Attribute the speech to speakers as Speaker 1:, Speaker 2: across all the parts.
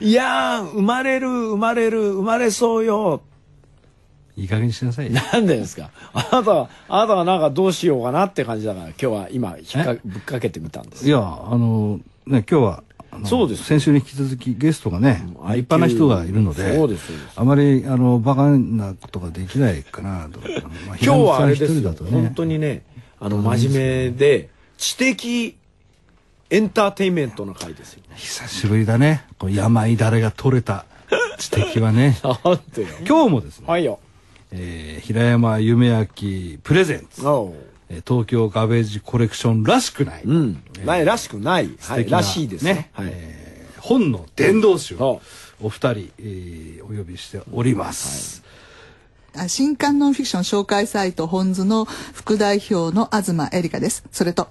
Speaker 1: いやー、生まれる、生まれる、生まれそうよ。
Speaker 2: いい加減にしなさいよ。
Speaker 1: なんでですかあなたは、あなたはなんかどうしようかなって感じだから、今日は今、引っか、ぶっかけてみたんです。
Speaker 2: いや、あの、ね、今日は、あの
Speaker 1: そうです
Speaker 2: 先週に引き続きゲストがね、立派な人がいるので、
Speaker 1: そうですそうです
Speaker 2: あまり、あの、バカなことができないかなと。まあ
Speaker 1: 今日はあれで
Speaker 2: 平
Speaker 1: す
Speaker 2: 野
Speaker 1: よ、
Speaker 2: さん一人だとね
Speaker 1: 本当にね、あの、真面目で、知的エンターテインメントの回ですよ。。
Speaker 2: 久しぶりだね。こう病だれが取れた知的はね
Speaker 1: なんてよ。
Speaker 2: 今日もですね、
Speaker 1: はいよ。
Speaker 2: えー平山夢明プレゼンツ、
Speaker 1: おう
Speaker 2: えー東京ガベージコレクションらしくない、
Speaker 1: うん。ないらしくない。は
Speaker 2: 素
Speaker 1: い。
Speaker 2: 敵な
Speaker 1: らしいですね
Speaker 2: ね。
Speaker 1: はい。
Speaker 2: えー本の伝道集
Speaker 1: そ
Speaker 2: をお二人、えーお呼びしております、
Speaker 3: あ新刊ノンフィクション紹介サイト本図の副代表の東恵梨香です。それと、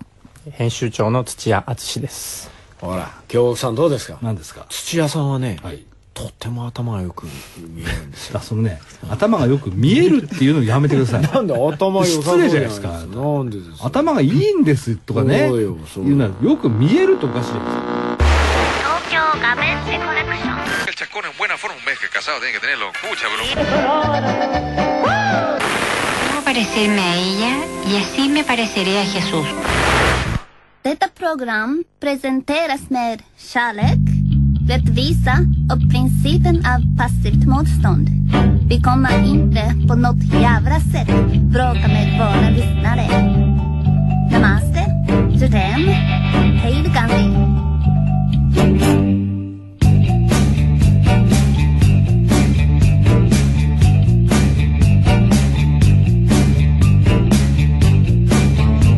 Speaker 4: 編集長の土屋敦です
Speaker 1: ほら、京極さんどうですか
Speaker 2: 何ですか
Speaker 1: 土屋さんはね、
Speaker 2: はい
Speaker 1: とっても頭がよく見えるんですよ。
Speaker 2: あそのね頭がよく見えるっていうのやめてください
Speaker 1: なんで頭良さそ
Speaker 2: 失
Speaker 1: う
Speaker 2: 礼じゃないですか
Speaker 1: なんでですか
Speaker 2: 頭がいいんですとかね
Speaker 1: そうよそう
Speaker 2: 言うならよく見えるとおかしいです
Speaker 5: 東京ガベッセコレクション
Speaker 6: El chacón en buena forma, un mes que casado tiene que tenerlo. Pucha, bro.
Speaker 5: Debo parecerme a ella y así me pareceré a Jesús.
Speaker 7: Detta program presenteras med kärlek, rättvisa och principen av passivt motstånd. Vi kommer inte på något jävla sätt bråka med våra lyssnare. Namaste, Jodem, Hej Gandhi.
Speaker 2: で今日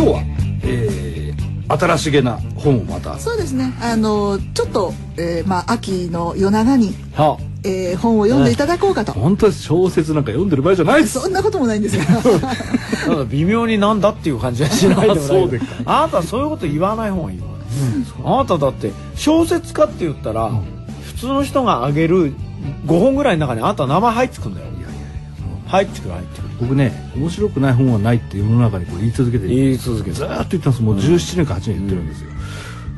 Speaker 2: は、えー新しげな本をまた
Speaker 3: そうですね、あの、ちょっと、えーまあ、秋の夜長に、
Speaker 2: は
Speaker 3: えー本を読んでいただこうかと。
Speaker 2: 本当です小説なんか読んでる場合じゃないです
Speaker 3: そんなこともないんですが。
Speaker 1: なんか微妙になんだっていう感じはしないでもない
Speaker 2: あそうでっか
Speaker 1: あなたはそういうこと言わない方がいいわ、あなただって小説家って言ったら、普通の人があげる5本ぐらいの中にあなた名前入ってくんだよ入ってくる入ってくる
Speaker 2: 僕ね面白くない本はないって世の中にこう言い続けて
Speaker 1: 言い続けて
Speaker 2: ずーっと言ってますもう17年か8年言ってるんですよ、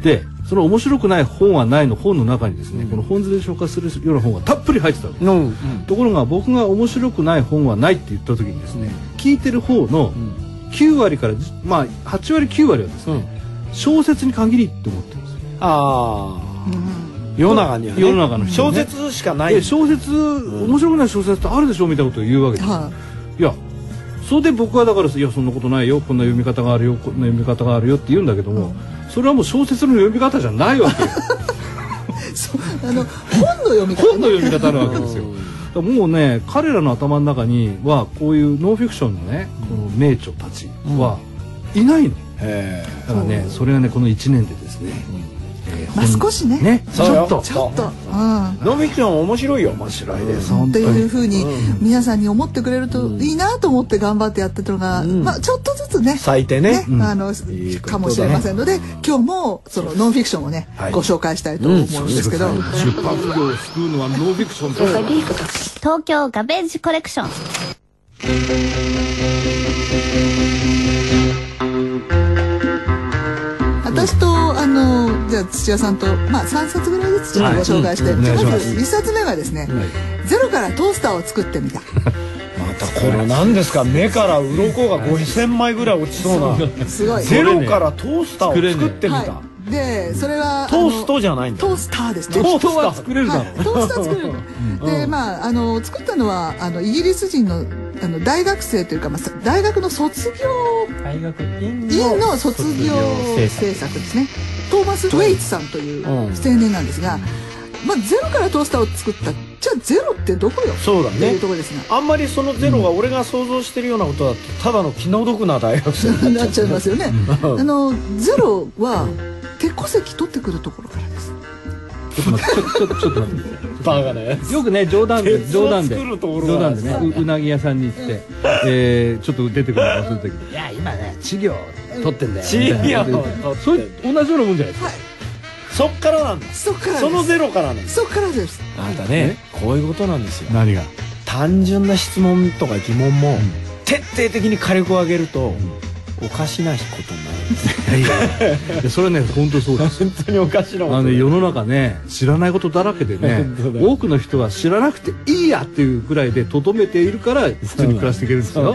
Speaker 2: でその面白くない本はないの本の中にですね、この本図で紹介するような本がたっぷり入ってたわけです、
Speaker 1: うんうん
Speaker 2: ところが僕が面白くない本はないって言った時にですね、聞いてる方の9割からじまあ8割9割はですね、小説に限りって思ってるんですよ
Speaker 1: ああ、世の中には、ね、
Speaker 2: 世の中の人
Speaker 1: 小
Speaker 2: ね
Speaker 1: 説しかない
Speaker 2: で小説、面白くない小説ってあるでしょみたいなことを言うわけですよ、
Speaker 3: はい
Speaker 2: やそれで僕はだからいやそんなことないよこんな読み方があるよこんな読み方があるよって言うんだけども、それはもう小説の読み方じゃないわけよ
Speaker 3: そうあの本の読み方、ね、
Speaker 2: 本の読み方なわけですよだからもうね彼らの頭の中にはこういうノンフィクションのねこの名著たちはいないの、
Speaker 1: ええ
Speaker 2: だからねそれがねこの1年でですね、えー
Speaker 3: まあ
Speaker 2: 本
Speaker 3: 少しね
Speaker 2: ち
Speaker 1: そうよ
Speaker 2: ょっと
Speaker 1: ち
Speaker 3: ちょっと、う
Speaker 1: ノンフィクション面白いよ
Speaker 2: 面白いです本
Speaker 3: ん、
Speaker 2: 当
Speaker 3: と
Speaker 2: に
Speaker 3: いうふうに皆さんに思ってくれるといいなと思って頑張ってやってたのが、まあちょっとずつね
Speaker 1: 咲いてね
Speaker 3: あ
Speaker 1: い
Speaker 3: の
Speaker 1: いことだね
Speaker 3: かもしれませんので今日もそのノンフィクションをね、
Speaker 2: はい
Speaker 3: ご紹介したいと思うんですけど、
Speaker 2: 出版業を救うのはノンフィクションだ
Speaker 7: 東京ガベージコレクション。
Speaker 3: 私とあのじゃあ土屋さんと、まあ、3冊ぐらいずつちょっとご紹介し
Speaker 2: は
Speaker 3: て、
Speaker 2: いうんうんお願いし
Speaker 3: ま
Speaker 2: ます
Speaker 3: ず1冊目がですね、ゼロからトースターを作ってみた」
Speaker 1: またこれ何ですか目から鱗が5000枚ぐらい落ちそうな
Speaker 3: すごい。
Speaker 1: ゼロからトースターを作ってみた、
Speaker 3: はい、でそれは
Speaker 1: トーストじゃないんだ
Speaker 3: あのトースターですね
Speaker 1: トースター
Speaker 2: は作れるだろう、
Speaker 3: はい、トースター作れるのでまああの作ったのはあのイギリス人のあの大学生というか、まあ、さ大学の卒業
Speaker 4: 大学院
Speaker 3: 院の卒業制作ですねトーマス・ウェイツさんという青年なんですが、まあ、ゼロからトースターを作ったじゃあゼロってどこよ
Speaker 1: そうだ
Speaker 3: と
Speaker 1: ね
Speaker 3: いうところですが
Speaker 1: あんまりそのゼロが俺が想像してるようなことだとただの気の毒な大学生にな
Speaker 3: な
Speaker 1: っ
Speaker 3: っ
Speaker 1: ち
Speaker 3: ち
Speaker 1: ゃ
Speaker 3: ゃ
Speaker 1: う
Speaker 3: いますよね。
Speaker 1: うん
Speaker 3: あのゼロは鉄鉱石取ってくるところからです。
Speaker 2: ちょっと待ってちょっとちょっと待って
Speaker 1: バカなやつ
Speaker 2: よくね冗談で
Speaker 1: 鉄を
Speaker 2: 冗談で
Speaker 1: 作るところが
Speaker 2: 冗談でねううなぎ屋さんに行 って、えー、ちょっと出てくるの忘れたけど「いや今ね稚魚取ってんだよ」
Speaker 1: 稚魚を取って
Speaker 2: それ同じようなもんじゃないですか、
Speaker 1: そっからなんだ
Speaker 3: そこからです
Speaker 1: そのゼロからなんです
Speaker 3: そこからです。
Speaker 1: あんたねこういうことなんですよ
Speaker 2: 何が
Speaker 1: 単純な質問とか疑問も徹底的に火力を上げるとおかしなことになるんです
Speaker 2: いやい やいやそれね本当そうです
Speaker 1: 本当におかしなこと
Speaker 2: あの世の中ね知らないことだらけでね
Speaker 1: 本当だ
Speaker 2: 多くの人は知らなくていいやっていうぐらいでとどめているから普通に暮らしていけるんですよ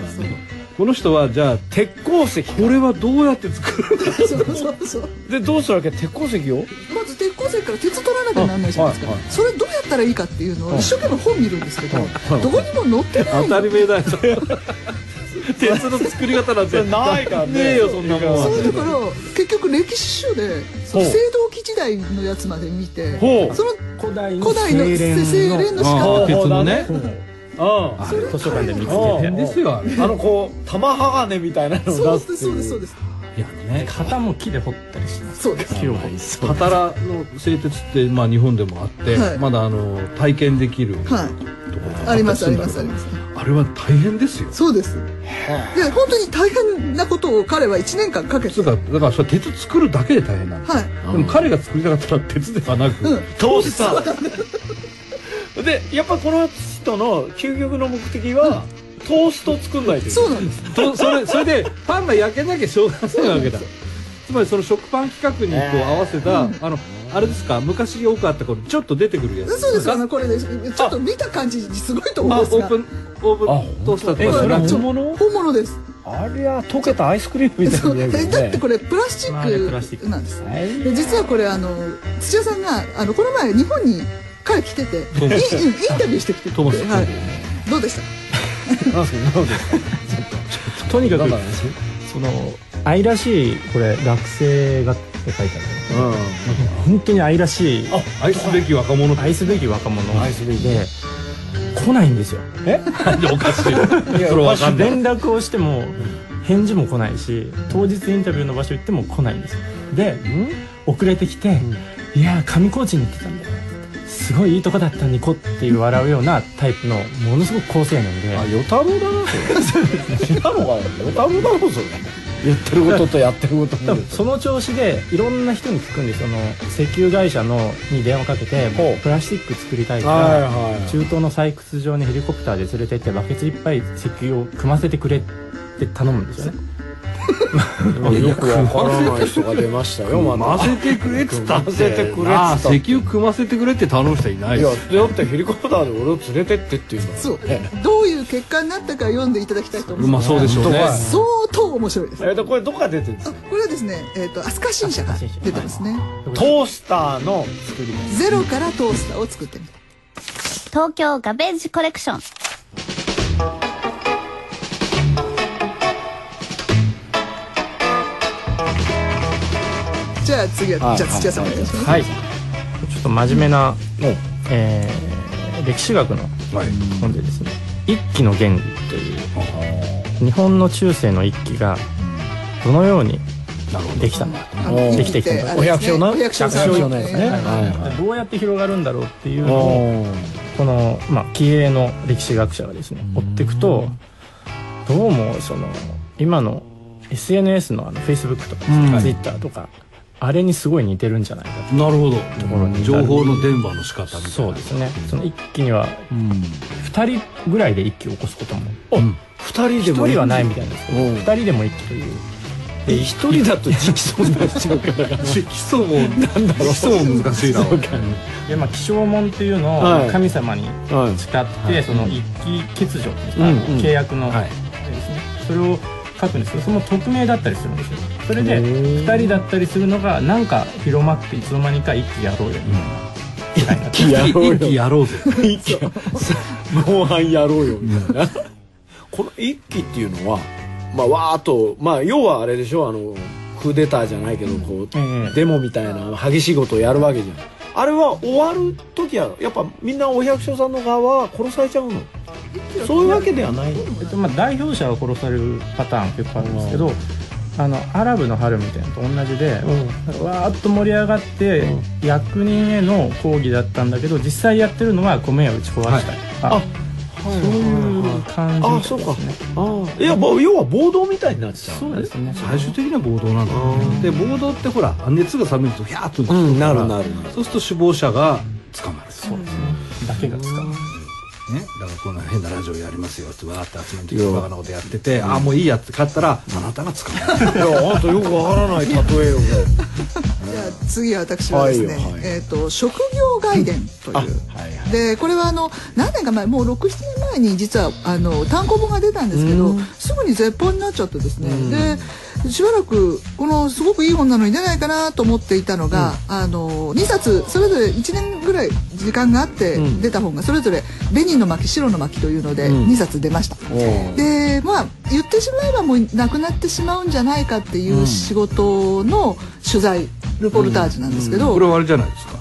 Speaker 2: この人はじゃあ
Speaker 1: 鉄鉱石
Speaker 2: これはどうやって作るんだ
Speaker 3: そうそうそう
Speaker 1: でどうするわけ鉄鉱石を
Speaker 3: まず鉄鉱石から鉄取らなきゃなんないじゃないですか、
Speaker 1: はいは
Speaker 3: それどうやったらいいかっていうのを一生懸命本見るんですけど、どこにも載ってない
Speaker 2: 当たり前 だよ鉄の作り方なんて
Speaker 1: ないからね
Speaker 2: ねえよそんなもんは
Speaker 3: そうだから結局歴史書でその青銅器時代のやつまで見て
Speaker 1: ほう
Speaker 3: その
Speaker 4: 古代
Speaker 3: 古代の精錬の仕
Speaker 2: あ
Speaker 3: 方
Speaker 2: ー鉄のね
Speaker 1: うん
Speaker 4: あれ図書館で見つけて
Speaker 1: うん
Speaker 4: や
Speaker 2: ですよあれ
Speaker 1: あのこう玉鋼みたいなの
Speaker 3: そう
Speaker 1: を出
Speaker 3: です
Speaker 1: す
Speaker 3: そうですそう
Speaker 1: で
Speaker 3: です
Speaker 4: ね型も木で掘ったりしてます
Speaker 3: そうです
Speaker 4: 木を掘って
Speaker 2: パタラの製鉄って、まあ、日本でもあって、
Speaker 3: はい
Speaker 2: まだあの体験できるところ
Speaker 3: はい
Speaker 2: が
Speaker 3: ありますあ
Speaker 2: った
Speaker 3: り
Speaker 2: り
Speaker 3: ますす
Speaker 2: る
Speaker 3: あ
Speaker 2: んだ
Speaker 3: ります
Speaker 2: けどあれは大変ですよ
Speaker 3: そうですで本当に大変なことを彼は1年間かけて
Speaker 2: つうかだからそれ鉄作るだけで大変なんです、
Speaker 3: はい
Speaker 2: でも彼が作りたかったら鉄ではなく、
Speaker 3: うん
Speaker 1: 通したでやっぱこの人の究極の目的はトースト作んないといけ
Speaker 3: そ
Speaker 1: な
Speaker 3: うなんです
Speaker 2: とそれそれでパンが焼けなきゃしょうがないわけだつまりその食パン企画にこう合わせた、あのあれですか昔よくあったこのちょっと出てくるやつ
Speaker 3: そうです
Speaker 2: が
Speaker 3: あのこれねちょっと見た感じすごいと思
Speaker 2: あ
Speaker 3: うん
Speaker 2: オ
Speaker 3: です
Speaker 2: ー
Speaker 3: が
Speaker 2: プンオープントースターとか
Speaker 1: えそれは
Speaker 2: で
Speaker 1: 本物
Speaker 3: 本物です
Speaker 1: ありゃ溶けたアイスクリームみたい
Speaker 3: そう
Speaker 1: にな
Speaker 3: え
Speaker 1: るけど
Speaker 3: だって
Speaker 1: ね
Speaker 3: これプラスチ
Speaker 4: まああれプラス
Speaker 3: ッ
Speaker 4: チッ
Speaker 3: ク
Speaker 4: ク
Speaker 3: なんです
Speaker 1: はい
Speaker 3: で実はこれあの土屋さんがあのこの前日本に彼来てていいうんインタビューしてきてて、
Speaker 2: トマス
Speaker 3: はい、どうでした
Speaker 1: なんすかなんですか
Speaker 4: とにか
Speaker 1: なん
Speaker 4: く
Speaker 1: かなんです
Speaker 4: その愛らしいこれ学生がって書いてある
Speaker 1: う
Speaker 4: 本当に愛らしい
Speaker 2: 愛すべき若者って
Speaker 4: 愛すべき若者
Speaker 1: 愛すべき
Speaker 4: で来ないんですよ
Speaker 2: なんでおかしいの
Speaker 1: んいや
Speaker 2: それわかんない
Speaker 4: 連絡をしても返事も来ないし当日インタビューの場所行っても来ないんですよで遅れてきて「いやー上高地に行ってたんだよ」すごいいいとこだったニコっていう笑うようなタイプのものすごく好青年で
Speaker 1: あ、与太郎だなそれ違うのかよ与太郎だろそれ言ってることとやってること見
Speaker 4: 多
Speaker 1: る
Speaker 4: 分その調子でいろんな人に聞くんですその石油会社のに電話かけて
Speaker 1: ほう
Speaker 4: プラスチック作りたい
Speaker 1: と
Speaker 4: か
Speaker 1: はい
Speaker 4: ら
Speaker 1: はい
Speaker 4: 中東の採掘場にヘリコプターで連れてってバケツいっぱい石油を組ませてくれって頼むんですよね
Speaker 1: よくわからない人が出ましたよ
Speaker 2: 組
Speaker 1: ま
Speaker 2: ま
Speaker 1: た
Speaker 2: せてくれっつったって
Speaker 1: 組ませてくれっつったって
Speaker 2: なあ石油組ませてくれって頼む人いない
Speaker 1: い
Speaker 2: で
Speaker 1: や
Speaker 2: す
Speaker 1: だってヘリコプターで俺を連れてってっていうの
Speaker 3: そうどういう結果になったか読んでいただきたいと思い
Speaker 2: ま
Speaker 3: ま
Speaker 2: あ
Speaker 3: す
Speaker 2: そうでしょうね
Speaker 1: 本当か
Speaker 3: 相当面白いです
Speaker 1: えっとこれどっから出てるんです
Speaker 3: あ
Speaker 1: か
Speaker 3: これはですね、えー、と飛鳥新社が出てますね
Speaker 1: トースターの作り
Speaker 3: ゼロからトースターを作ってみた
Speaker 7: 東京ガベージコレクション
Speaker 3: じゃあ次は、
Speaker 1: はい
Speaker 3: じゃあ土屋さんお願いします、
Speaker 4: はいちょっと真面目な、
Speaker 1: お
Speaker 4: えー歴史学の本でですね「一揆の原理」という日本の中世の一揆がどのようにできたのか
Speaker 3: あの
Speaker 4: できてきたんだ
Speaker 3: あれですねお百姓さん
Speaker 1: お百姓なんですね
Speaker 3: はい
Speaker 1: はいはい
Speaker 4: でどうやって広がるんだろうっていうのを
Speaker 1: お
Speaker 4: この、まあ、気鋭の歴史学者がですね追っていくとどうもその今の SNS のあの Facebook とかですね、
Speaker 2: うん
Speaker 4: Twitter とかあれにすごい似てるんじゃないか
Speaker 2: なるほど
Speaker 4: ところに
Speaker 2: 情報の電波の仕方みたい
Speaker 4: と
Speaker 2: な
Speaker 4: そうですねその一気には
Speaker 2: うん
Speaker 4: 2人ぐらいで一気を起こすことも
Speaker 2: うん
Speaker 1: 二人で
Speaker 4: 1
Speaker 1: も
Speaker 4: 人はないみたいなんですけど
Speaker 1: うん
Speaker 4: 2人でも一気という
Speaker 1: で一人だと直そうになっちゃうから
Speaker 2: 基礎もなんだろう基礎も難しいな
Speaker 4: で、まあ、気象門っていうのを
Speaker 1: はい
Speaker 4: 神様に
Speaker 1: はい
Speaker 4: 誓って、その一気欠如って
Speaker 1: うん
Speaker 4: いうんですか
Speaker 1: うん
Speaker 4: 契約の、
Speaker 2: はい
Speaker 4: ですねそれを書くんですけどその匿名だったりするんですよそれで
Speaker 1: へー
Speaker 4: 2人だったりするのがなんか広まっていつの間にか一気やろうよみたいな、
Speaker 1: 一気やろう
Speaker 2: 一気
Speaker 1: よ
Speaker 2: やろうぜ
Speaker 1: 一気ご飯やろうよみたいなこの一気っていうのはまあわーっとまあ要はあれでしょあのクーデターじゃないけどこう
Speaker 4: ええ
Speaker 1: デモみたいな激しいことをやるわけじゃんあれは終わる時はやっぱみんなお百姓さんの側は殺されちゃうのそういうわけではない
Speaker 4: えっとまあ、代表者が殺されるパターン結構あるんですけど、あのアラブの春みたいなのと同じで、わーっと盛り上がって、役人への抗議だったんだけど実際やってるのは米を打ち壊したりとか、
Speaker 1: はい
Speaker 4: そういう感じみたい
Speaker 1: あ
Speaker 4: です
Speaker 1: そう
Speaker 4: ね
Speaker 1: かああいやもう要は暴動みたいになっちゃう
Speaker 4: そうですね
Speaker 2: 最終的な暴動なんだよねで暴動ってほら熱が冷めるとヒャーっと
Speaker 1: うんなるなる
Speaker 2: そうすると首謀者が捕まる
Speaker 4: そうですねだけが使う
Speaker 2: ね、だからこんな変なラジオやりますよってわーって集まってき
Speaker 1: い
Speaker 2: て
Speaker 1: や
Speaker 2: バカなことやってて、ああもういいやって買ったら、あなたが使う
Speaker 1: いやあんたよくわからない例えを
Speaker 3: じゃあ次は私はですね、
Speaker 1: はいよはい
Speaker 3: えっ、と職業外伝という。
Speaker 1: はいは
Speaker 3: でこれはあの何年か前もう67年前に実はあの単行本が出たんですけどすぐに絶版になっちゃってですねでしばらくこのすごくいい本なのに出ないかなと思っていたのが、あの2冊それぞれ1年ぐらい時間があって出た本がそれぞれ「レニンの巻白の巻」というので2冊出ました。
Speaker 1: おう
Speaker 3: でまあ言ってしまえばもうなくなってしまうんじゃないかっていう仕事の取材ルポルタージュなんですけど、
Speaker 2: これはあれじゃないですか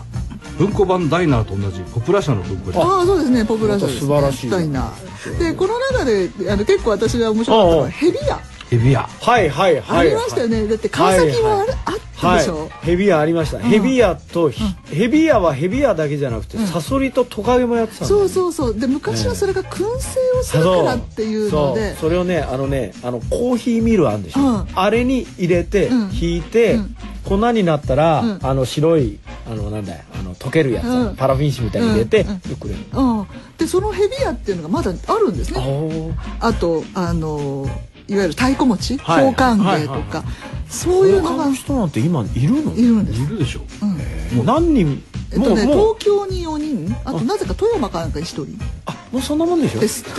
Speaker 2: 文庫版ダイナーと同じポプラ社の文庫じゃん
Speaker 3: ああそうですねポプラ社です、ね、
Speaker 1: また素晴らしい
Speaker 3: ダイナーでこの中であの結構私が面白かったの
Speaker 1: おうおう
Speaker 3: はヘビ屋
Speaker 2: ヘビや
Speaker 1: はいはいはい
Speaker 3: ありましたよね、だって川崎もあれ、あったでしょ、
Speaker 1: はい、ヘビ屋ありました、ヘビ屋とひ、ヘビ屋はヘビ屋だけじゃなくて、サソリとトカゲもやってたんだよ
Speaker 3: そうそうそうで昔はそれが燻製をするからっていうので、
Speaker 1: そうそれをねあのねあのコーヒーミルあんでしょ、
Speaker 3: うん
Speaker 1: あれに入れて、
Speaker 3: うん
Speaker 1: 引いて、
Speaker 3: うん
Speaker 1: 粉になったら、
Speaker 3: うん
Speaker 1: あの白いあのなんだよあの溶けるやつ、
Speaker 3: うん
Speaker 1: パラフィン紙みたいに入れて、
Speaker 3: うんうん
Speaker 1: よくれる
Speaker 3: うん、でそのヘビ屋っていうのがまだあるんですねあとあのいわゆる太鼓持ち
Speaker 1: はい
Speaker 3: 宝冠芸と
Speaker 1: はいはい
Speaker 3: かそういうのが
Speaker 1: 他の人なんて今いるの
Speaker 3: いるんです
Speaker 2: いるでしょ
Speaker 1: もう何人
Speaker 3: えっ
Speaker 1: も
Speaker 3: と
Speaker 1: う,、
Speaker 3: ね
Speaker 1: もう
Speaker 3: 東京に4人あとなぜか富山かなんかに1人
Speaker 1: あもうそんなもんでしょ
Speaker 3: ですって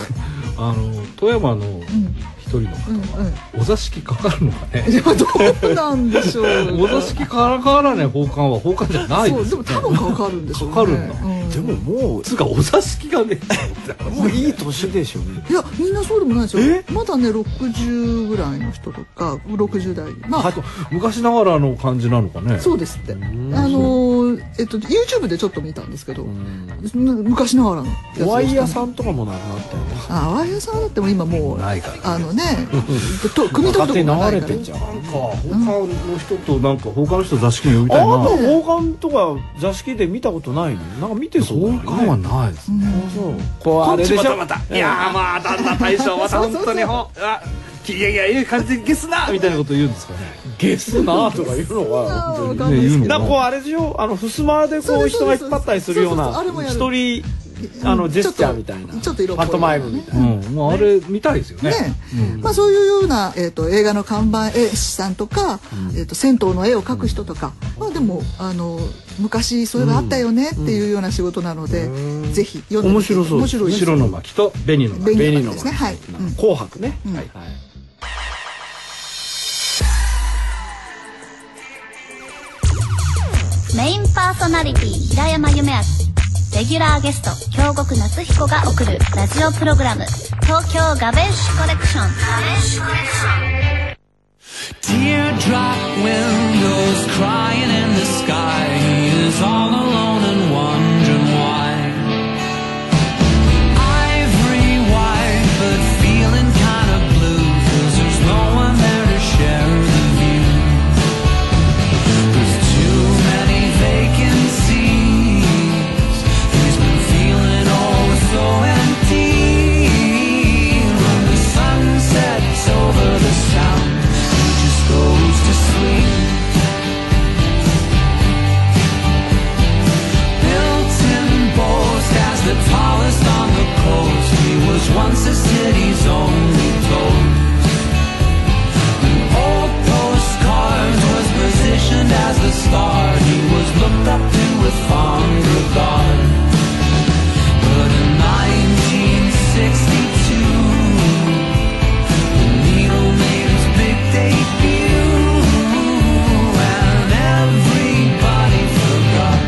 Speaker 2: あの富山の
Speaker 3: ん
Speaker 2: 一人の
Speaker 3: うん
Speaker 2: 方
Speaker 3: うん
Speaker 2: はお座敷かかるのかね
Speaker 3: いやどうなんでしょ う
Speaker 2: お座敷からからない奉還は奉還じゃない
Speaker 3: そう
Speaker 2: です
Speaker 3: で
Speaker 2: よ
Speaker 3: も多分かかるんでしょうね
Speaker 2: かかるんだ
Speaker 3: う
Speaker 1: でももう
Speaker 2: つうかお座敷がね
Speaker 1: もういい年でしょうね
Speaker 3: いやみんなそうでもないですよ
Speaker 1: え
Speaker 3: まだね60ぐらいの人とか60代まあ、
Speaker 2: 昔ながらの感じなのかね
Speaker 3: そうですってあのーえっと YouTube でちょっと見たんですけど昔ながらのやつでした
Speaker 1: おワイヤさんとかもなくなったよ
Speaker 3: あワイヤさんだってもう今もう
Speaker 2: ないから
Speaker 3: あのねと組み取るとこ
Speaker 1: 勝手に
Speaker 3: がな
Speaker 1: 流れ
Speaker 3: いか
Speaker 1: て
Speaker 3: ら
Speaker 1: んじゃん
Speaker 2: なんか奉還の人となんか奉還の人座敷に呼び
Speaker 1: あ
Speaker 2: たい
Speaker 1: な
Speaker 2: な
Speaker 1: た王冠とか座敷で見たことないのなんか見てそうだよ
Speaker 2: 奉
Speaker 1: ね
Speaker 2: 還はないですね
Speaker 1: そうこうあれでしょ
Speaker 2: またいやーまあ旦那大将また本当にほんあいやいやいい感じでゲスなみたいなこと言うんですかね
Speaker 1: ゲスなとか言うの
Speaker 3: あ
Speaker 1: は
Speaker 3: ー
Speaker 1: 本当に
Speaker 3: わかんないですけ
Speaker 2: ね
Speaker 3: ど
Speaker 1: なんかこうあれでしょあの襖でこ
Speaker 3: そううです
Speaker 1: 人が引っ張ったりするよう
Speaker 3: そう
Speaker 1: な
Speaker 3: ですそうですあれ
Speaker 1: 一
Speaker 3: も
Speaker 1: 人
Speaker 3: る
Speaker 1: あのジェスチャーみたいな
Speaker 3: ちょっと色っぽい
Speaker 1: パントマイムみたいな
Speaker 2: うんもうあれ見たいですよね
Speaker 3: ねまあ、そういうような、えー、と映画の看板絵師さんとか、えー、と銭湯の絵を描く人とか、まあ、でもあの昔そういうのあったよねっていうような仕事なので、ぜひ読んでみて
Speaker 1: 面白そう
Speaker 3: 面白いです
Speaker 2: 白の巻と紅の巻
Speaker 3: 紅
Speaker 1: 紅
Speaker 3: の
Speaker 1: の
Speaker 3: 巻ですねはい、うん
Speaker 1: 紅白ね
Speaker 3: うん
Speaker 1: はい
Speaker 7: メインパーソナリティ平山夢明レギュラーゲスト京極夏彦が送るラジオプログラム「東京ガベッシュコレクション」
Speaker 8: Teardrop windows crying in the sky. He is all alone and wondering why. Ivory white, but feeling kinda blue. Cause there's no one there to share the view. There's too many vacancies. He's been feeling oh so empty. When the sun sets over the south, he just goes to sleep. Milton boast as the tallest on the coast. He was once a city's only toast. Old postcards was positioned as the star. He was looked up to with fond regard. But in 1962, the needle made its big debut, and everybody forgot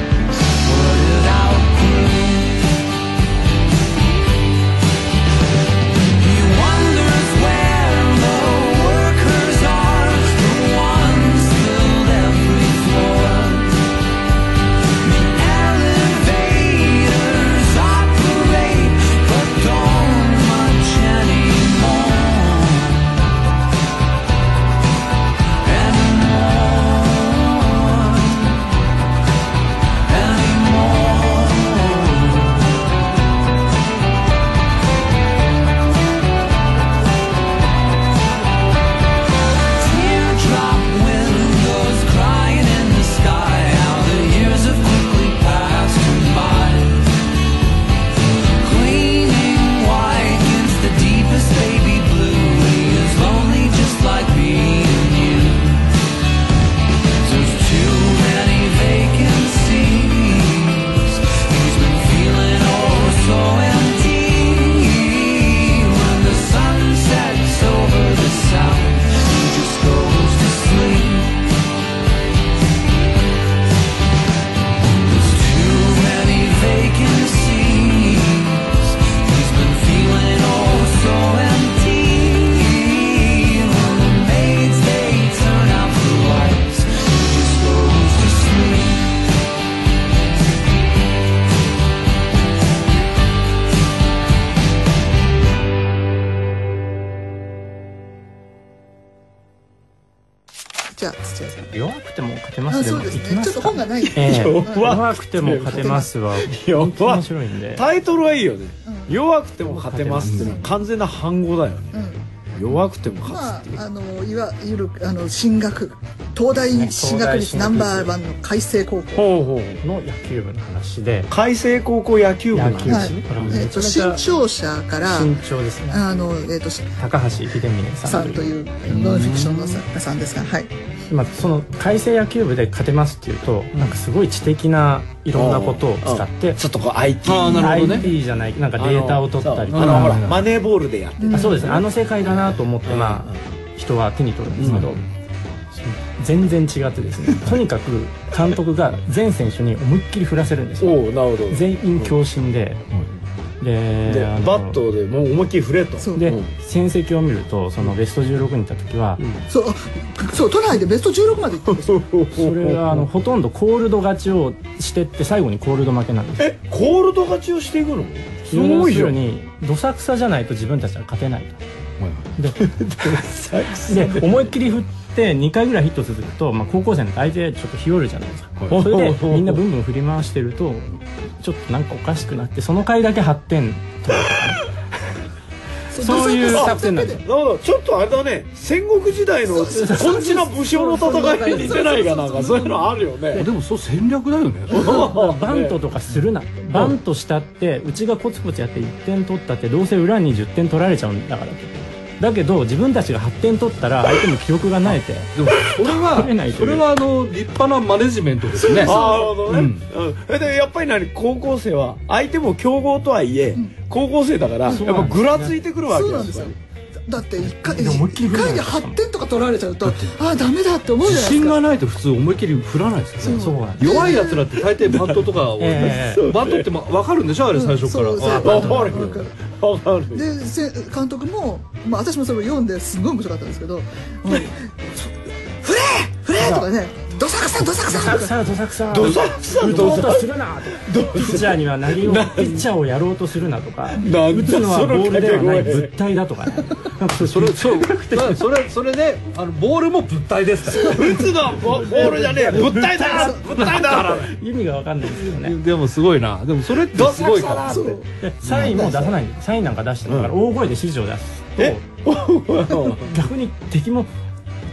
Speaker 8: what it outgrew. He wonders where the workers are, the ones filled every floor. The elevator oh
Speaker 4: 弱くても勝てま
Speaker 3: あ
Speaker 4: すで
Speaker 3: そ
Speaker 4: も
Speaker 3: うです
Speaker 4: 行き
Speaker 3: ね
Speaker 4: ま
Speaker 3: ちょっ
Speaker 4: す
Speaker 3: と
Speaker 4: か
Speaker 3: 本がない、
Speaker 4: ええ
Speaker 1: 弱
Speaker 4: 弱くても勝てますは
Speaker 1: 弱
Speaker 4: 本当に面白いんで
Speaker 1: タイトルはいいよね
Speaker 3: うん
Speaker 1: 弱くても勝てますっていうのは完全な反語だよね
Speaker 3: うん
Speaker 1: 弱くても勝
Speaker 3: まあ
Speaker 1: つっていう、
Speaker 3: あのいわゆるあの進学東大進学率
Speaker 4: ね東大進学率
Speaker 3: ナンバーワンの開成高校、
Speaker 1: ほうほう
Speaker 4: の野球部の話で
Speaker 1: 海星高校野球部の
Speaker 4: 野球部
Speaker 3: はい
Speaker 1: 話
Speaker 4: ねこれも
Speaker 3: え
Speaker 4: め
Speaker 3: っ
Speaker 4: ち
Speaker 3: と
Speaker 4: ゃめちゃ
Speaker 3: 新潮社から
Speaker 4: 慎重ですね
Speaker 3: あの、えっと
Speaker 4: 高橋秀峰さ
Speaker 3: さ
Speaker 4: ん
Speaker 3: ん
Speaker 4: と
Speaker 3: とい
Speaker 4: いう
Speaker 3: うノンフィクションの作家さんですがはい
Speaker 4: まあその改正野球部で勝てますっていうとなんかすごい知的ないろんなことを使って
Speaker 1: ちょっとこう IT
Speaker 2: あーなるほど
Speaker 4: IP じゃないなんかデータを取ったりと
Speaker 1: あのそうあのほら
Speaker 4: か
Speaker 1: マネーボールでやって
Speaker 4: あそうですねあの世界だなと思ってまあ人は手に取るんですけど、
Speaker 1: う
Speaker 4: 全然違ってですねとにかく監督が全選手に思いっきり振らせるんですよ
Speaker 1: おおなるほど
Speaker 4: 全員強振で、で
Speaker 1: で
Speaker 4: あの
Speaker 1: バットでもう思いっきり振れと
Speaker 3: そう
Speaker 4: で、
Speaker 1: うん
Speaker 4: 戦績を見るとそのベスト16にいた時は、
Speaker 3: そうあそう都内でベスト16まで行ったんですよ
Speaker 4: それがあのほとんどコールド勝ちをしてって最後にコールド負けなんです
Speaker 1: えコールド勝ちをしていくのすごいじゃ
Speaker 4: 要する
Speaker 1: ん
Speaker 4: にどさくさじゃないと自分たちは勝てないと
Speaker 1: 最初
Speaker 4: で思いっきり振って2回ぐらいヒット続くと、まあ、高校生の相手ちょっと日和るじゃないですか、
Speaker 1: はい
Speaker 4: それで
Speaker 1: ほうほうほう
Speaker 4: みんなブンブン振り回してるとちょっとなんかおかしくなってその回だけ8点そういう作戦なんです
Speaker 1: なるほどちょっとあれだね戦国時代のこんちな武将の戦いに似てないかなんかそういうのあるよね
Speaker 2: でもそう戦略だよね
Speaker 4: バントとかするなバントしたってうちがコツコツやって1点取ったってどうせ裏に10点取られちゃうんだからとだけど自分たちが8点取ったら相手も記憶がないて
Speaker 2: でもそれ
Speaker 4: 取れな
Speaker 2: は
Speaker 4: いとい
Speaker 2: そうれはあの立派なマネジメントですね
Speaker 1: ああなるほどね、うんえでやっぱり何高校生は相手も強豪とはいえ、高校生だから、
Speaker 4: そう
Speaker 1: や
Speaker 4: な
Speaker 1: っぱ
Speaker 4: んですね
Speaker 1: ぐらついてくるわけ
Speaker 3: そうなんですよだって一回
Speaker 4: いや思いっきり
Speaker 3: 一
Speaker 4: 振るじゃな
Speaker 3: 回
Speaker 4: い
Speaker 3: で8
Speaker 4: ですか
Speaker 3: 点とか取られちゃうとああダメだって思うじゃ
Speaker 2: 自
Speaker 3: ないです
Speaker 2: 信
Speaker 3: か
Speaker 2: がないと普通思いっきり振らないですよね
Speaker 4: そうなんです
Speaker 2: 弱いやつらって大抵バットとかを
Speaker 4: え
Speaker 2: バットってま分かるんでしょあれ最初から
Speaker 3: うんそうそう
Speaker 1: わ
Speaker 2: あ
Speaker 1: かるわかる
Speaker 3: でせ監督も、まあ、私もそれを読んですごい面白かったんです けど「うん、ふれふれ!」とかね「どさくさどさく
Speaker 4: ど
Speaker 3: さ
Speaker 4: さ
Speaker 3: と
Speaker 4: く
Speaker 3: か
Speaker 4: さどさくさ
Speaker 1: どさくさ
Speaker 4: 打
Speaker 1: ど
Speaker 4: とう
Speaker 1: さ
Speaker 4: とするなとピッチャーには投げようピッチャーをやろうとするなとか
Speaker 1: だ
Speaker 4: 打つのは
Speaker 1: その
Speaker 4: ボールではな
Speaker 1: 掛
Speaker 4: い
Speaker 1: け声
Speaker 4: 物体だとかねなんかそう
Speaker 2: それそうまあそれそれであのボールも物体ですから
Speaker 1: 打つのはボボールじゃねえ物体だ物体だ
Speaker 4: 意味が分かんないですけどね
Speaker 2: でもすごいなでもそれってすごいから
Speaker 3: そう
Speaker 4: でサインも出さないサインなんか出してだから大声で指示を出す
Speaker 1: え
Speaker 4: と逆に敵も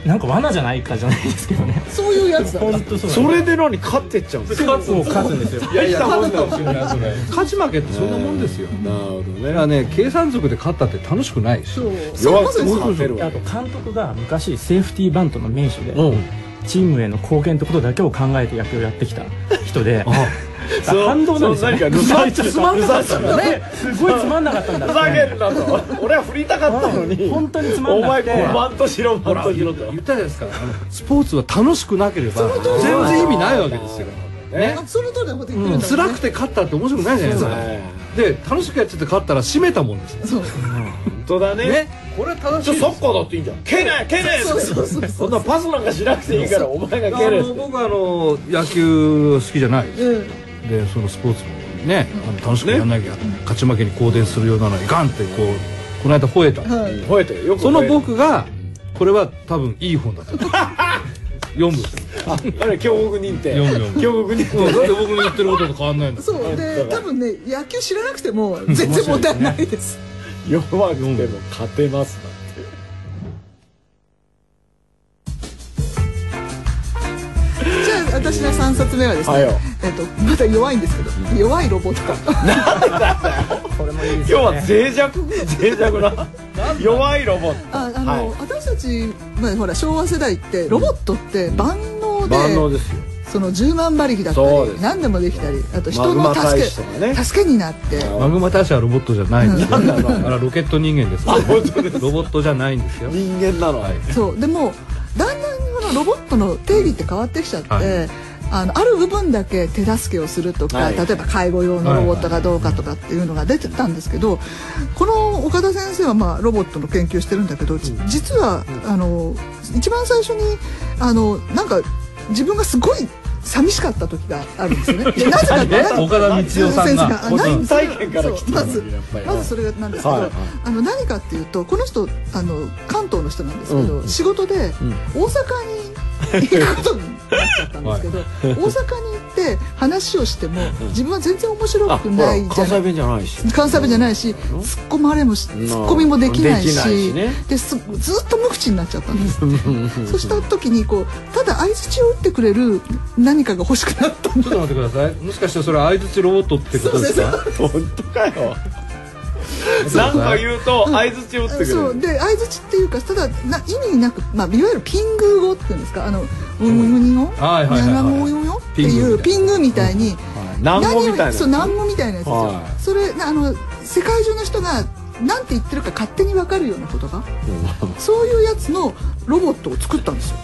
Speaker 4: なんか罠じゃないかじゃないですけどね
Speaker 3: そういうやつだ
Speaker 4: 本当そう
Speaker 1: それで何勝ってっちゃうんですか
Speaker 4: 勝つを勝つんですよ
Speaker 2: いやいや勝つかもしれないそれ勝ち負けってそんなもんですよ
Speaker 1: なるほど
Speaker 2: だ
Speaker 1: ね
Speaker 2: からね計算族で勝ったって楽しくないし
Speaker 3: そうそれ
Speaker 1: 弱
Speaker 3: こ
Speaker 1: くて
Speaker 3: そです
Speaker 1: も
Speaker 3: よ
Speaker 1: 勝てるわ
Speaker 4: あ
Speaker 1: け
Speaker 4: と監督が昔セーフティーバントの名手で
Speaker 1: うん
Speaker 4: チームへの貢献ってことだけを考えて野球をやってきた人で反動なんですよね
Speaker 1: そう何かぬさっちゃった
Speaker 4: つまんなかったんだねすごいつまんなかったんだ
Speaker 1: ふざけんなと俺は振りたかったのに
Speaker 4: 本当につま
Speaker 1: お
Speaker 4: んな
Speaker 1: 前
Speaker 4: くて
Speaker 1: バントしろバントしろと
Speaker 2: 言ったじゃないですかあの スポーツは楽しくなければ全然意味ないわけですよね
Speaker 3: あその通りのこと言ってるんだ
Speaker 2: 辛くて勝ったって面白くないじゃないですか
Speaker 1: ね
Speaker 2: で楽しくやってて勝ったら締めたもんですよ
Speaker 3: そう
Speaker 1: 本当だね
Speaker 2: ねこれは正
Speaker 1: ちょ
Speaker 2: しい
Speaker 1: サッカーだっていいんじゃん蹴れ蹴れ
Speaker 3: そうそうそう
Speaker 1: そんなパスなんかしなくていいからお前が蹴れ
Speaker 2: あの僕はあの野球好きじゃないです
Speaker 3: うん
Speaker 2: でそのスポーツもねあの楽しくやらなきゃ、勝ち負けに好転するようなのにガンってこうこの間吠えた
Speaker 3: はい
Speaker 1: 吠えてよく吠えて
Speaker 2: その僕がこれは多分いい本 だと思う読む
Speaker 1: ああれ京極認定
Speaker 2: 読む読む
Speaker 1: 京極認
Speaker 2: うんだっ
Speaker 1: 定
Speaker 2: て僕の言ってることと変わんないんだ
Speaker 3: そうで多分ね野球知らなくても全然問題ないです
Speaker 1: 弱くても勝てますな
Speaker 3: じゃあ私の3冊目はですね、
Speaker 1: はいよ
Speaker 3: えっと、まだ弱いんですけど弱いロボット
Speaker 1: 今日は脆弱脆弱な 弱いロボット
Speaker 3: ああの、
Speaker 1: はい
Speaker 3: 私たち、まあ、ほら昭和世代ってロボットって万能で、
Speaker 1: 万能ですよ
Speaker 3: その10万馬力だった
Speaker 1: そうで
Speaker 3: り
Speaker 1: す
Speaker 3: 何でもできたりあと人
Speaker 1: マ
Speaker 3: の
Speaker 1: グマ大使
Speaker 3: 助
Speaker 1: と
Speaker 3: け,、
Speaker 1: かね
Speaker 3: 助けになって
Speaker 2: マグマ大使はロボットじゃないんですよあれはロケット人間ですよロボットじゃないんですよ
Speaker 1: 人間なのはい
Speaker 3: そうでもだんだんこのロボットの定義って変わってきちゃって、
Speaker 2: はい
Speaker 3: あのある部分だけ手助けをするとか、
Speaker 1: はい
Speaker 3: 例えば介護用のロボットがどうかとかっていうのが出てたんですけどこの岡田先生は、まあ、ロボットの研究してるんだけど、じ実はあの一番最初にあのなんか自分がすごい寂しかった時があるんですよ ね。でなぜか
Speaker 2: え
Speaker 3: なぜか
Speaker 2: 岡田光代さんが
Speaker 3: 個
Speaker 1: 人体験から来てる
Speaker 3: ま
Speaker 1: わけ
Speaker 3: ず
Speaker 1: やっぱり
Speaker 3: まずそれなんですけど、
Speaker 1: はいはい
Speaker 3: あの何かっていうとこの人あの関東の人なんですけど、
Speaker 1: うん
Speaker 3: 仕事で大阪にいうことになっちゃったんですけど、大阪に行って話をしても自分は全然面白
Speaker 1: あ
Speaker 3: く
Speaker 1: ほ
Speaker 3: な
Speaker 1: ら
Speaker 3: いじ
Speaker 1: 関
Speaker 3: ゃな
Speaker 1: 西
Speaker 3: い
Speaker 1: 弁じゃないし
Speaker 3: 関西弁じゃないし突っ込まれもし
Speaker 1: ん
Speaker 3: 突っ込みもできないし
Speaker 1: できないしね
Speaker 3: ですずっと無口になっちゃったんです そうした時にこうただ相槌を打ってくれる何かが欲しくなったん
Speaker 2: ちょっと待ってくださいもしかしてそれ相槌ロボットってことですか
Speaker 1: 本当かよなんか言うと相槌打ってく
Speaker 3: そ
Speaker 1: る
Speaker 3: うで相槌っていうかただな意味なく、まあ、いわゆるピング語っていうんですかあの「うんうんうんよ」「
Speaker 2: はいはいはいはい
Speaker 3: なもうよよ」っていうピ
Speaker 2: ピ
Speaker 3: ングみたいに
Speaker 1: 南語みたい
Speaker 3: 何をそう
Speaker 1: な
Speaker 3: 南語みたいなやつですよ、
Speaker 1: は
Speaker 3: それあの世界中の人がなんて言ってるか勝手に分かるような言葉そういうやつのロボットを作ったんですよ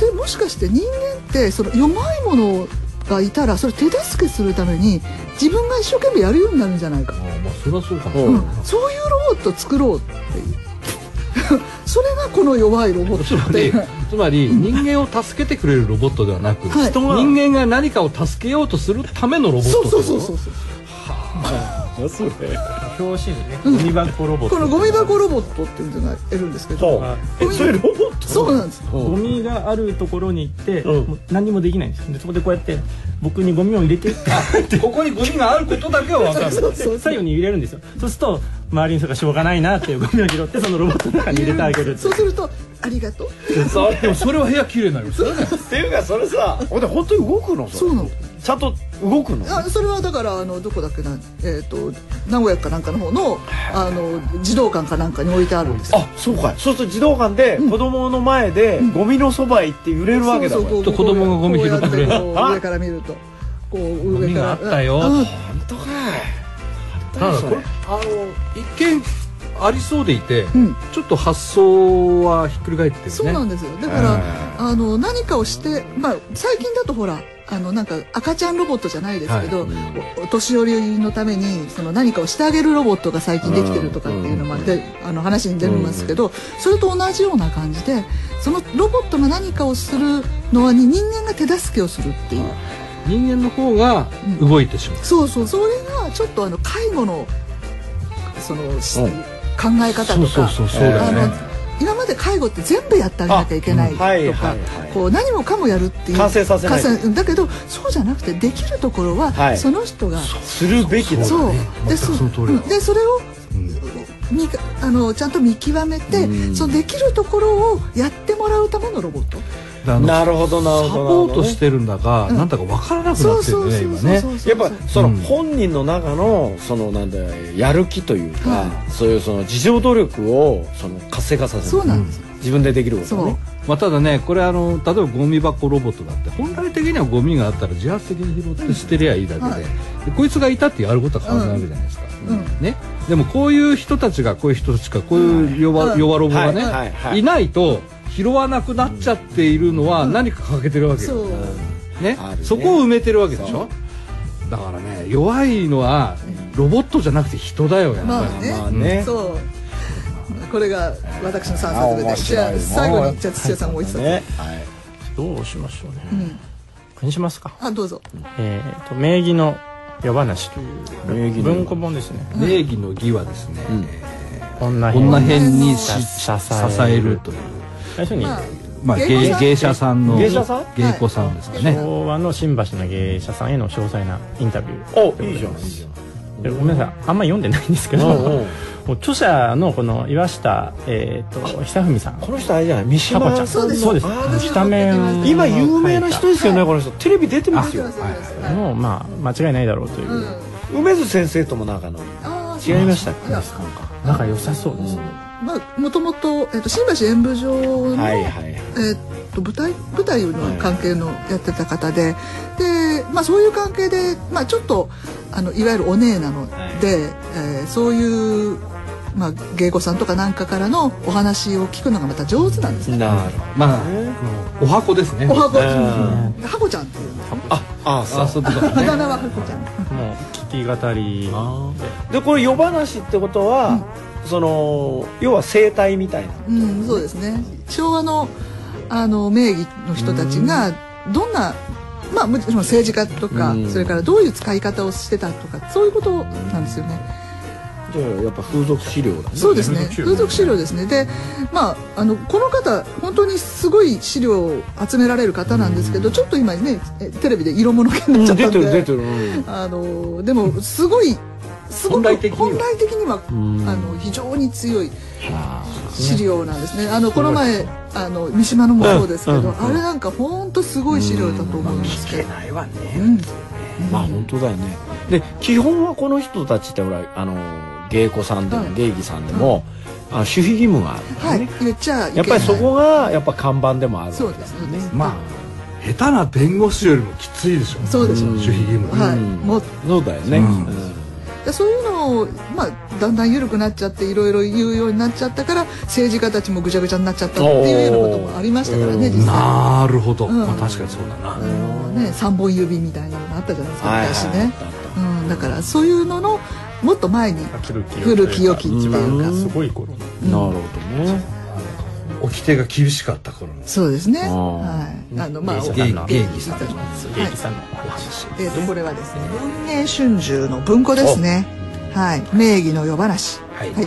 Speaker 3: でもしかして人間ってその弱いものがいたらそれ手助けするために自分が一生懸命やるようになるんじゃないか
Speaker 2: あまあそりゃそうかも、
Speaker 1: うん
Speaker 3: そういうロボット作ろうっていう それがこの弱いロボ
Speaker 2: つ
Speaker 3: ット
Speaker 2: ま
Speaker 3: ってい
Speaker 2: り
Speaker 3: う
Speaker 2: つまり人間を助けてくれるロボットではなく、
Speaker 3: はい
Speaker 2: 人が人間が何かを助けようとするためのロボット
Speaker 3: そ
Speaker 2: っ
Speaker 3: う
Speaker 2: て
Speaker 3: そ
Speaker 2: こ
Speaker 3: う
Speaker 2: と
Speaker 3: そうそうそう
Speaker 1: それ
Speaker 4: 表紙にねゴミ箱ロボット
Speaker 3: このゴミ箱ロボットっていうのがいるんですけど
Speaker 1: そうえそれロボット
Speaker 3: そうなんです
Speaker 4: ゴミがあるところに行って、
Speaker 1: うん
Speaker 4: もう何もできないんですよでそこでこうやって僕にゴミを入れて
Speaker 2: ここにゴミが あることだけは分かる
Speaker 3: そうそう
Speaker 4: 左右に入れるんですよそうすると周りの人がしょうがないなっていうゴミを拾ってそのロボットの中に入れてあげるって
Speaker 3: そうすると「ありがとう」
Speaker 2: でもそれは部屋綺麗になりますよね
Speaker 1: っていうかそれさほんで本当に動くのそ
Speaker 3: そう
Speaker 1: れ
Speaker 3: なの
Speaker 1: ちゃんと動くの
Speaker 3: あそれはだからあのどこだっけな、えー、と名古屋かなんかの方のあの児童館かなんかに置いてあるんですよ
Speaker 1: あそうかそうすると児童館で子供の前でゴミのそばへ行って揺れるわけだ
Speaker 3: そう
Speaker 1: こ
Speaker 3: そう
Speaker 1: れ
Speaker 3: こう
Speaker 2: 子供がゴミ拾ってくれる
Speaker 3: こうやこう
Speaker 1: あ
Speaker 3: 上から見るとこう
Speaker 2: ゴ
Speaker 3: 上
Speaker 2: ミ
Speaker 3: か
Speaker 2: が
Speaker 3: ら
Speaker 2: あったよ
Speaker 3: あ
Speaker 1: 本当か
Speaker 2: ただこれあの一見ありそうでいて、
Speaker 3: ん
Speaker 2: ちょっと発想はひっくり返ってるね
Speaker 3: そうなんですよだから、あの何かをして、まあ、最近だとほらあのなんか赤ちゃんロボットじゃないですけど、おお年寄りのためにその何かをしてあげるロボットが最近できてるとかっていうのもあって、あの話に出ますけど、それと同じような感じでそのロボットが何かをするのに人間が手助けをするっていう、
Speaker 2: 人間の方が動いてしまう、
Speaker 3: そうそうそれがちょっとあの介護のその、し
Speaker 1: うん
Speaker 3: 考え方とか。
Speaker 2: そうそうそうそうだ
Speaker 3: あ
Speaker 2: よね
Speaker 3: の今まで介護って全部やってあげなきゃいけないと
Speaker 1: あ
Speaker 3: か、
Speaker 1: うんはいはいはい
Speaker 3: こう何もかもやるっていう
Speaker 1: 完成させない
Speaker 3: 完成だけどそうじゃなくてできるところは、
Speaker 1: はい
Speaker 3: その人が
Speaker 1: するべきだ
Speaker 3: そう
Speaker 2: 全く
Speaker 3: で
Speaker 2: その通りだ
Speaker 3: うんでそれを、みかあのちゃんと見極めてそのできるところをやってもらうためのロボット
Speaker 2: であの
Speaker 1: なるほどなる
Speaker 2: サ
Speaker 1: ほど
Speaker 2: ポ
Speaker 1: な
Speaker 2: ート
Speaker 1: るほどね
Speaker 2: してるんだか、なんだか分からなくなってるね今ね
Speaker 3: う
Speaker 1: やっぱその
Speaker 2: うん
Speaker 1: 本人の中のそのなんだやる気というか
Speaker 3: は
Speaker 1: そういうその自助努力をその活性化させる
Speaker 3: そうなんです
Speaker 1: 自分でできること
Speaker 3: そ
Speaker 1: を
Speaker 3: う
Speaker 1: ね
Speaker 2: まあ、ただねこれあの例えばゴミ箱ロボットだって本来的にはゴミがあったら自発的に拾って捨てりゃいいだけで,、
Speaker 3: はい
Speaker 2: でこいつがいたってやることは変わらないわけじゃないですか、
Speaker 3: うん
Speaker 2: ね、でもこういう人たちがこういう人たちかこういう弱,、
Speaker 3: うん
Speaker 2: 弱ロボが
Speaker 1: は
Speaker 2: ね、
Speaker 1: い
Speaker 2: い
Speaker 1: はいはい
Speaker 2: ないと拾わなくなっちゃっているのは何か欠けてるわけよ
Speaker 3: そう
Speaker 2: ね
Speaker 1: あるね
Speaker 2: そこを埋めてるわけでしょだからね弱いのはロボットじゃなくて人だよやっぱり、
Speaker 3: まあね
Speaker 1: まあね
Speaker 3: そうこれが私の3冊目
Speaker 1: あ面白い
Speaker 3: でじゃあ最後にじゃあ土屋さんもう一冊、
Speaker 1: ねはい
Speaker 4: どうしましょうね、
Speaker 3: うん
Speaker 4: これにしますか
Speaker 3: あどうぞ
Speaker 4: えー、と名義の夜話とい
Speaker 1: 名義
Speaker 4: う
Speaker 1: の
Speaker 4: 文庫本ですね
Speaker 2: 礼儀の儀はですね、
Speaker 1: ん
Speaker 4: 女
Speaker 2: こんな
Speaker 4: 女
Speaker 2: 辺に
Speaker 3: 支
Speaker 2: 支
Speaker 4: え
Speaker 2: え
Speaker 4: る
Speaker 2: るという、
Speaker 4: 最初に
Speaker 3: まあ
Speaker 2: まあ、
Speaker 3: 芸
Speaker 2: 芸
Speaker 3: 妓さん
Speaker 2: 芸者さんの
Speaker 1: 芸者さん
Speaker 2: 芸妓さんですかね、
Speaker 4: 昭和の新橋の芸者さんへの詳細なインタビュー
Speaker 1: おいいじゃんいいじゃん
Speaker 4: でごめんなさいあんま読んでないんですけど
Speaker 1: うんうん
Speaker 4: もう著者のこの岩下、えー、と久文さん
Speaker 1: この人あれじゃない三
Speaker 4: タコち
Speaker 1: 島
Speaker 4: ゃん
Speaker 1: さ
Speaker 4: そ
Speaker 1: ん
Speaker 4: う
Speaker 1: の
Speaker 4: ですそうです
Speaker 1: あー
Speaker 4: 下面
Speaker 1: 今有名な人ですよねこの人テレビ出てますよ
Speaker 3: そうそうそう
Speaker 4: のもうまあ間違いないだろうという、
Speaker 1: 梅津先生とも仲のいい
Speaker 3: あー
Speaker 1: 違いましたっけ
Speaker 3: いや
Speaker 4: 仲良さそうですね、
Speaker 3: まあ、もともと、えっと、新橋演舞場の、
Speaker 1: はいはいはい
Speaker 3: えっと、舞台、舞台の関係のやってた方で。で、まあ、そういう関係で、まあ、ちょっと、あの、いわゆるお姉なので、えーそういう。まあ、芸妓さんとかなんかからのお話を聞くのがまた上手なんですね。
Speaker 1: なる
Speaker 2: まあお箱ですね
Speaker 3: おは
Speaker 1: う
Speaker 3: こ、
Speaker 1: ん
Speaker 3: はこちゃんっていう。
Speaker 1: ああそう
Speaker 2: あそういうこと
Speaker 3: あ
Speaker 2: ね
Speaker 3: だ名ははこちゃん。
Speaker 4: もう聞き語り
Speaker 1: でこれ夜話ってことは、その要は生態みたいな
Speaker 3: うん、そうですね。昭和の、あの、名義の人たちが、どんな。まあ、もちろん政治家とか
Speaker 1: う、ん
Speaker 3: それからどういう使い方をしてたとか、そういうことなんですよね。
Speaker 1: じゃあやっぱ風俗資料だね
Speaker 3: そうですね風俗資料ですねでまああのこの方本当にすごい資料を集められる方なんですけどちょっと今ねえテレビで色物系になっちゃったんで、
Speaker 1: うん出てる出てるう
Speaker 3: あのでもすごいすご
Speaker 2: 本
Speaker 3: く
Speaker 2: 来的には
Speaker 3: 本来的にはあの非常に強い資料なんですねあのこの前あの三島のもそうですけど、
Speaker 1: うんうん
Speaker 3: あれなんか本当すごい資料だと思いますけど、
Speaker 2: ないわね
Speaker 3: うん
Speaker 1: まあ本当だよねで基本はこの人たちってほらあの芸妓さんでも
Speaker 3: はい
Speaker 1: 芸妓さんでも、あ守秘義務があるんだ
Speaker 3: は
Speaker 1: よ
Speaker 3: い
Speaker 1: ね、
Speaker 3: 言っちゃいけな
Speaker 1: やっぱ
Speaker 3: い
Speaker 1: りそこがやっぱ看板でもある
Speaker 3: そうですそうです
Speaker 2: まあ下手な弁護士よりもきついでしょ
Speaker 3: そうでしょう
Speaker 2: 守秘義務は
Speaker 3: はい、
Speaker 1: うん
Speaker 3: もう
Speaker 1: そうだよね、
Speaker 2: うん
Speaker 1: うん
Speaker 3: でそういうのを、まあ、だんだん緩くなっちゃっていろいろ言うようになっちゃったから政治家たちもぐちゃぐちゃになっちゃったっていうようなこともありましたからね
Speaker 1: おー
Speaker 3: 実際
Speaker 2: なるほど、
Speaker 3: うん
Speaker 2: まあ、確かにそうだな、
Speaker 3: あの、ね、3本指みたいなのがあったじゃないですか
Speaker 1: はい
Speaker 3: 昔
Speaker 1: はい、
Speaker 3: ね、
Speaker 1: だった
Speaker 3: うん、だからそういうののもっと前に
Speaker 4: 古き
Speaker 3: 古き良きっていうか
Speaker 4: すごい頃の
Speaker 1: なるほどね
Speaker 2: 掟が厳しかった頃の
Speaker 3: そうですね
Speaker 1: あー
Speaker 3: はいあのまあ
Speaker 4: 芸
Speaker 2: 芸
Speaker 4: 芸
Speaker 2: 芸儀さん
Speaker 3: はい
Speaker 4: 芸妓さんの話
Speaker 3: えーとこれはですね文藝春秋の文庫ですねはい名義の夜話
Speaker 2: はい、
Speaker 3: はい
Speaker 2: え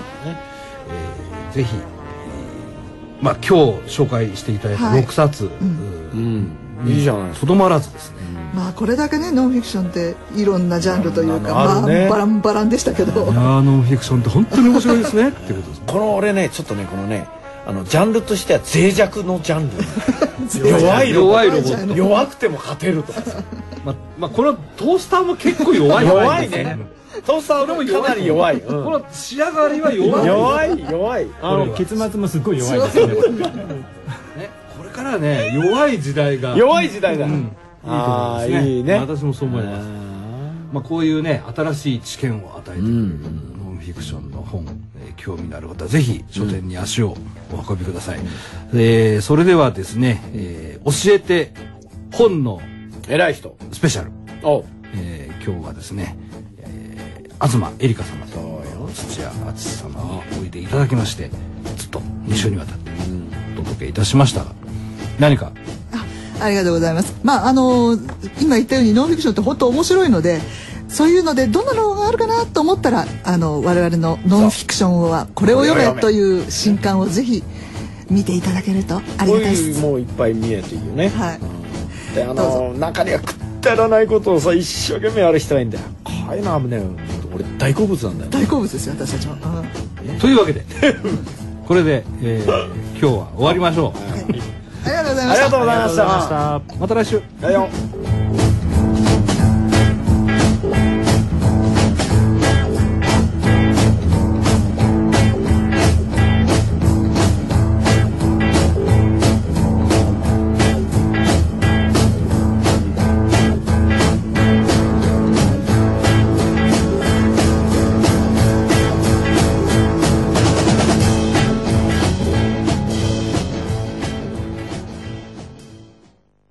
Speaker 2: ーぜひ、えーまあ、今日紹介していただいた
Speaker 3: はい
Speaker 2: 6冊
Speaker 1: うんいいじゃないです
Speaker 2: とどまらずですね、
Speaker 3: まあこれだけねノンフィクションっていろんなジャンルというか
Speaker 1: あ
Speaker 3: ま
Speaker 1: る
Speaker 3: あ
Speaker 1: ね
Speaker 3: バランバランでしたけど
Speaker 2: いやーノンフィクションって本当に面白いですねっていうことですね
Speaker 1: この俺ねちょっとねこのねあのジャンルとしては脆弱のジャンル弱いロボ
Speaker 2: 弱い
Speaker 1: ッ
Speaker 2: ロボ
Speaker 1: ト
Speaker 2: ット
Speaker 1: 弱くても勝てるとかさ
Speaker 2: まあ、まあ、これはトースターも結構弱い
Speaker 1: 弱い
Speaker 2: です
Speaker 1: ねトースターもかなり弱い、うん
Speaker 2: この仕上がりは弱い
Speaker 1: 弱い弱いあ
Speaker 4: あ
Speaker 1: の
Speaker 4: の結末もすごい弱いですね
Speaker 2: ね、これからね弱い時代が
Speaker 1: 弱い時代だ、
Speaker 2: うんいいと思います
Speaker 1: あー
Speaker 2: ね
Speaker 1: いいね
Speaker 2: 私もそう思いますまあ、こういうね新しい知見を与えてくれる
Speaker 1: う
Speaker 2: ノ
Speaker 1: ん
Speaker 2: ンフィクションの本、えー興味のある方はぜひ書店に足をお運びください、えーそれではですね、えー教えて本の
Speaker 1: 偉い人
Speaker 2: スペシャル、
Speaker 1: お
Speaker 2: えー今日はですね、えー東恵梨香様と土屋敦様においでいただきましてずっと2週にわたってお届けいたしましたが何か
Speaker 3: ありがとうございます。まああの今言ったようにノンフィクションって本当面白いので。そういうのでどんなのがあるかなと思ったらあの我々のノンフィクションはこれを読めという新刊をぜひ見ていただけるとあり
Speaker 1: こ
Speaker 3: が
Speaker 1: う
Speaker 3: たいで
Speaker 1: いう
Speaker 3: す。
Speaker 1: もういっぱい見えていいよね、
Speaker 3: はい。
Speaker 1: であ
Speaker 3: ど
Speaker 1: の中にはくだらないことをさ一生懸命あれしたらいいんだよこういうのはね俺大好物なんだよ
Speaker 3: 大好物ですよ私たちも。うん
Speaker 2: というわけで これで、えー今日は終わりましょう
Speaker 3: ありがとうござい
Speaker 1: あ
Speaker 3: まし
Speaker 1: りが
Speaker 3: た
Speaker 1: とう。ございました
Speaker 4: さあ
Speaker 2: また来週
Speaker 1: だよ
Speaker 3: 「